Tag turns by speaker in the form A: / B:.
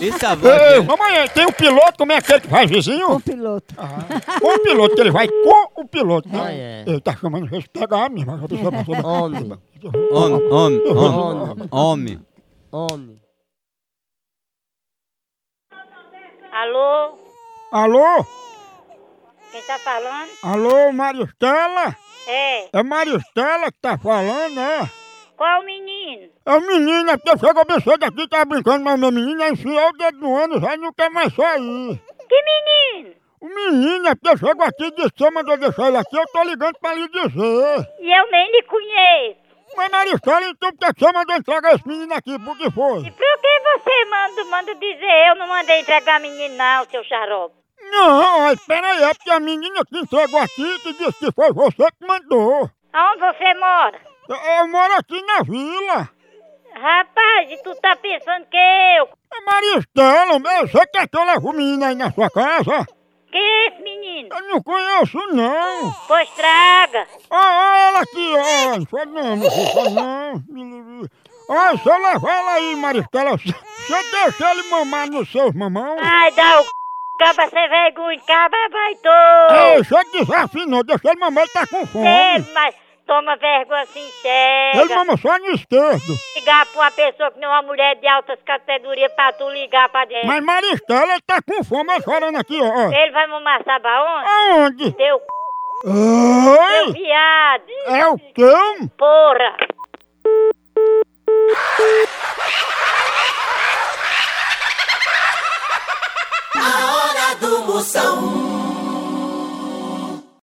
A: é cavalo.
B: Mamãe, tem o piloto, como é aquele que vai vizinho?
C: O piloto.
B: Com o piloto, que ele vai com o piloto. né?
D: Ah, é.
B: Ele tá chamando gente pegar mesmo. A pessoa passou da-
D: Homem,
A: Homem, homem, homem, homem.
D: homem.
E: Alô?
B: Alô?
E: Quem tá falando?
B: Alô, Maristela?
E: É.
B: É Maristela que tá falando, é?
E: Qual o menino?
B: É o menino, é porque chegou bem cedo aqui, tá brincando, mas o meu menino é enfiou o dedo no ano, já não quer mais sair.
E: Que menino?
B: O menino é porque chegou aqui e disse que mandou deixar ele aqui, eu tô ligando pra lhe dizer.
E: E eu nem lhe conheço.
B: Mas Maristela, então por que você mandou entregar esse menino aqui? Por que
E: E
B: foi?
E: por que você manda, manda dizer? Eu não mandei entregar menino não, seu xarope.
B: Não, mas peraí, é porque a menina que entregou aqui que disse que foi você que mandou.
E: Aonde você mora?
B: Eu, eu moro aqui na vila.
E: Rapaz, e tu tá pensando que eu?
B: É Maristela, meu, você quer que eu leve o menino aí na sua casa?
E: Que é esse menino?
B: Eu não conheço, não.
E: Pois traga.
B: Ó, ó, ela aqui, ó. Não foi não, não foi não. Ó, se eu levar ela aí, Maristela, se se eu deixar ele mamar nos seus mamão...
E: Ai, dá o c... Caba sem vergonha, caba vai
B: Ei,
E: todo.
B: se eu desafio não, deixa ele mamar, ele tá com fome.
E: Ei, mas toma vergonha, se
B: Ele
E: enxerga.
B: mama só no esquerdo.
E: Ligar pra uma pessoa que não é uma mulher de altas categorias pra tu ligar pra dentro.
B: Mas Maristela, ele tá com fome, ele chorando aqui, ó. ó.
E: Ele vai mamar sabe aonde?
B: Aonde?
E: Teu c... Seu
B: Ei,
E: viado.
B: é o cão?
E: Porra.
F: A hora do Moção.